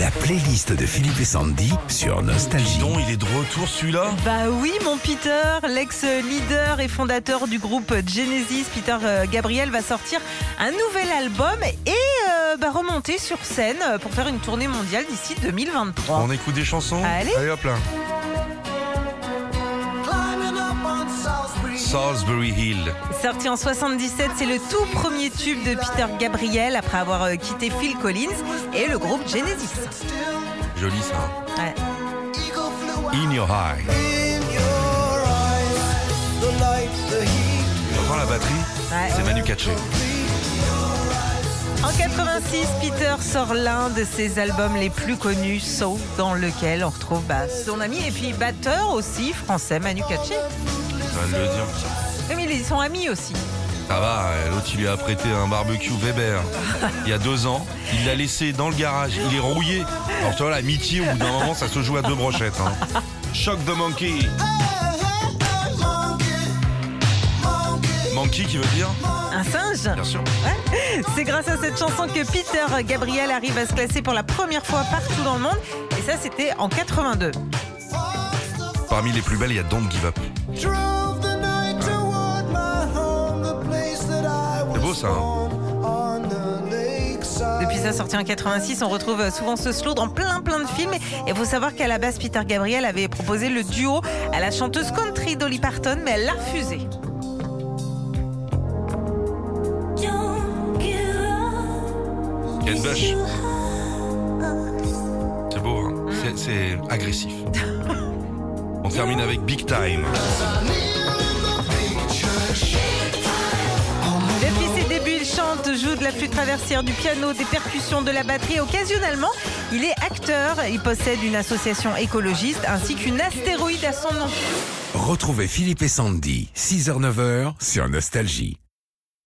La playlist de Philippe et Sandy sur Nostalgie. Don, il est de retour celui-là Bah oui, mon Peter, l'ex-leader et fondateur du groupe Genesis, Peter euh, Gabriel, va sortir un nouvel album et euh, bah, remonter sur scène euh, pour faire une tournée mondiale d'ici 2023. On écoute des chansons Allez. hop là. Salisbury Hill. Sorti en 77, c'est le tout premier tube de Peter Gabriel après avoir euh, quitté Phil Collins et le groupe Genesis. Joli ça. Ouais. In Your Eye. On entend la batterie Ouais. C'est Manu Katché. En 86, Peter sort l'un de ses albums les plus connus, Soul, dans lequel on retrouve bah, son ami et puis batteur aussi français Manu Katché. Ça va le dire. Oui, mais ils sont amis aussi. Ça va, euh, l'autre il lui a prêté un barbecue Weber il y a deux ans. Il l'a laissé dans le garage. Il est rouillé. Alors tu vois, l'amitié, au bout d'un moment, ça se joue à deux brochettes. hein. Shock the Monkey. Monkey qui veut dire Un singe Bien sûr. C'est grâce à cette chanson que Peter Gabriel arrive à se classer pour la première fois partout dans le monde. Et ça, c'était en 82. Parmi les plus belles, il y a Don't Give Up. C'est beau ça. hein Depuis sa sortie en 86, on retrouve souvent ce slow dans plein plein de films. Et faut savoir qu'à la base, Peter Gabriel avait proposé le duo à la chanteuse country Dolly Parton, mais elle l'a refusé. Kate Bush. C'est beau, hein C'est- c'est agressif. On termine avec Big Time. Depuis ses débuts, il chante, joue de la flûte traversière, du piano, des percussions, de la batterie. Occasionnellement, il est acteur. Il possède une association écologiste ainsi qu'une astéroïde à son nom. Retrouvez Philippe et Sandy, 6h-9h sur Nostalgie.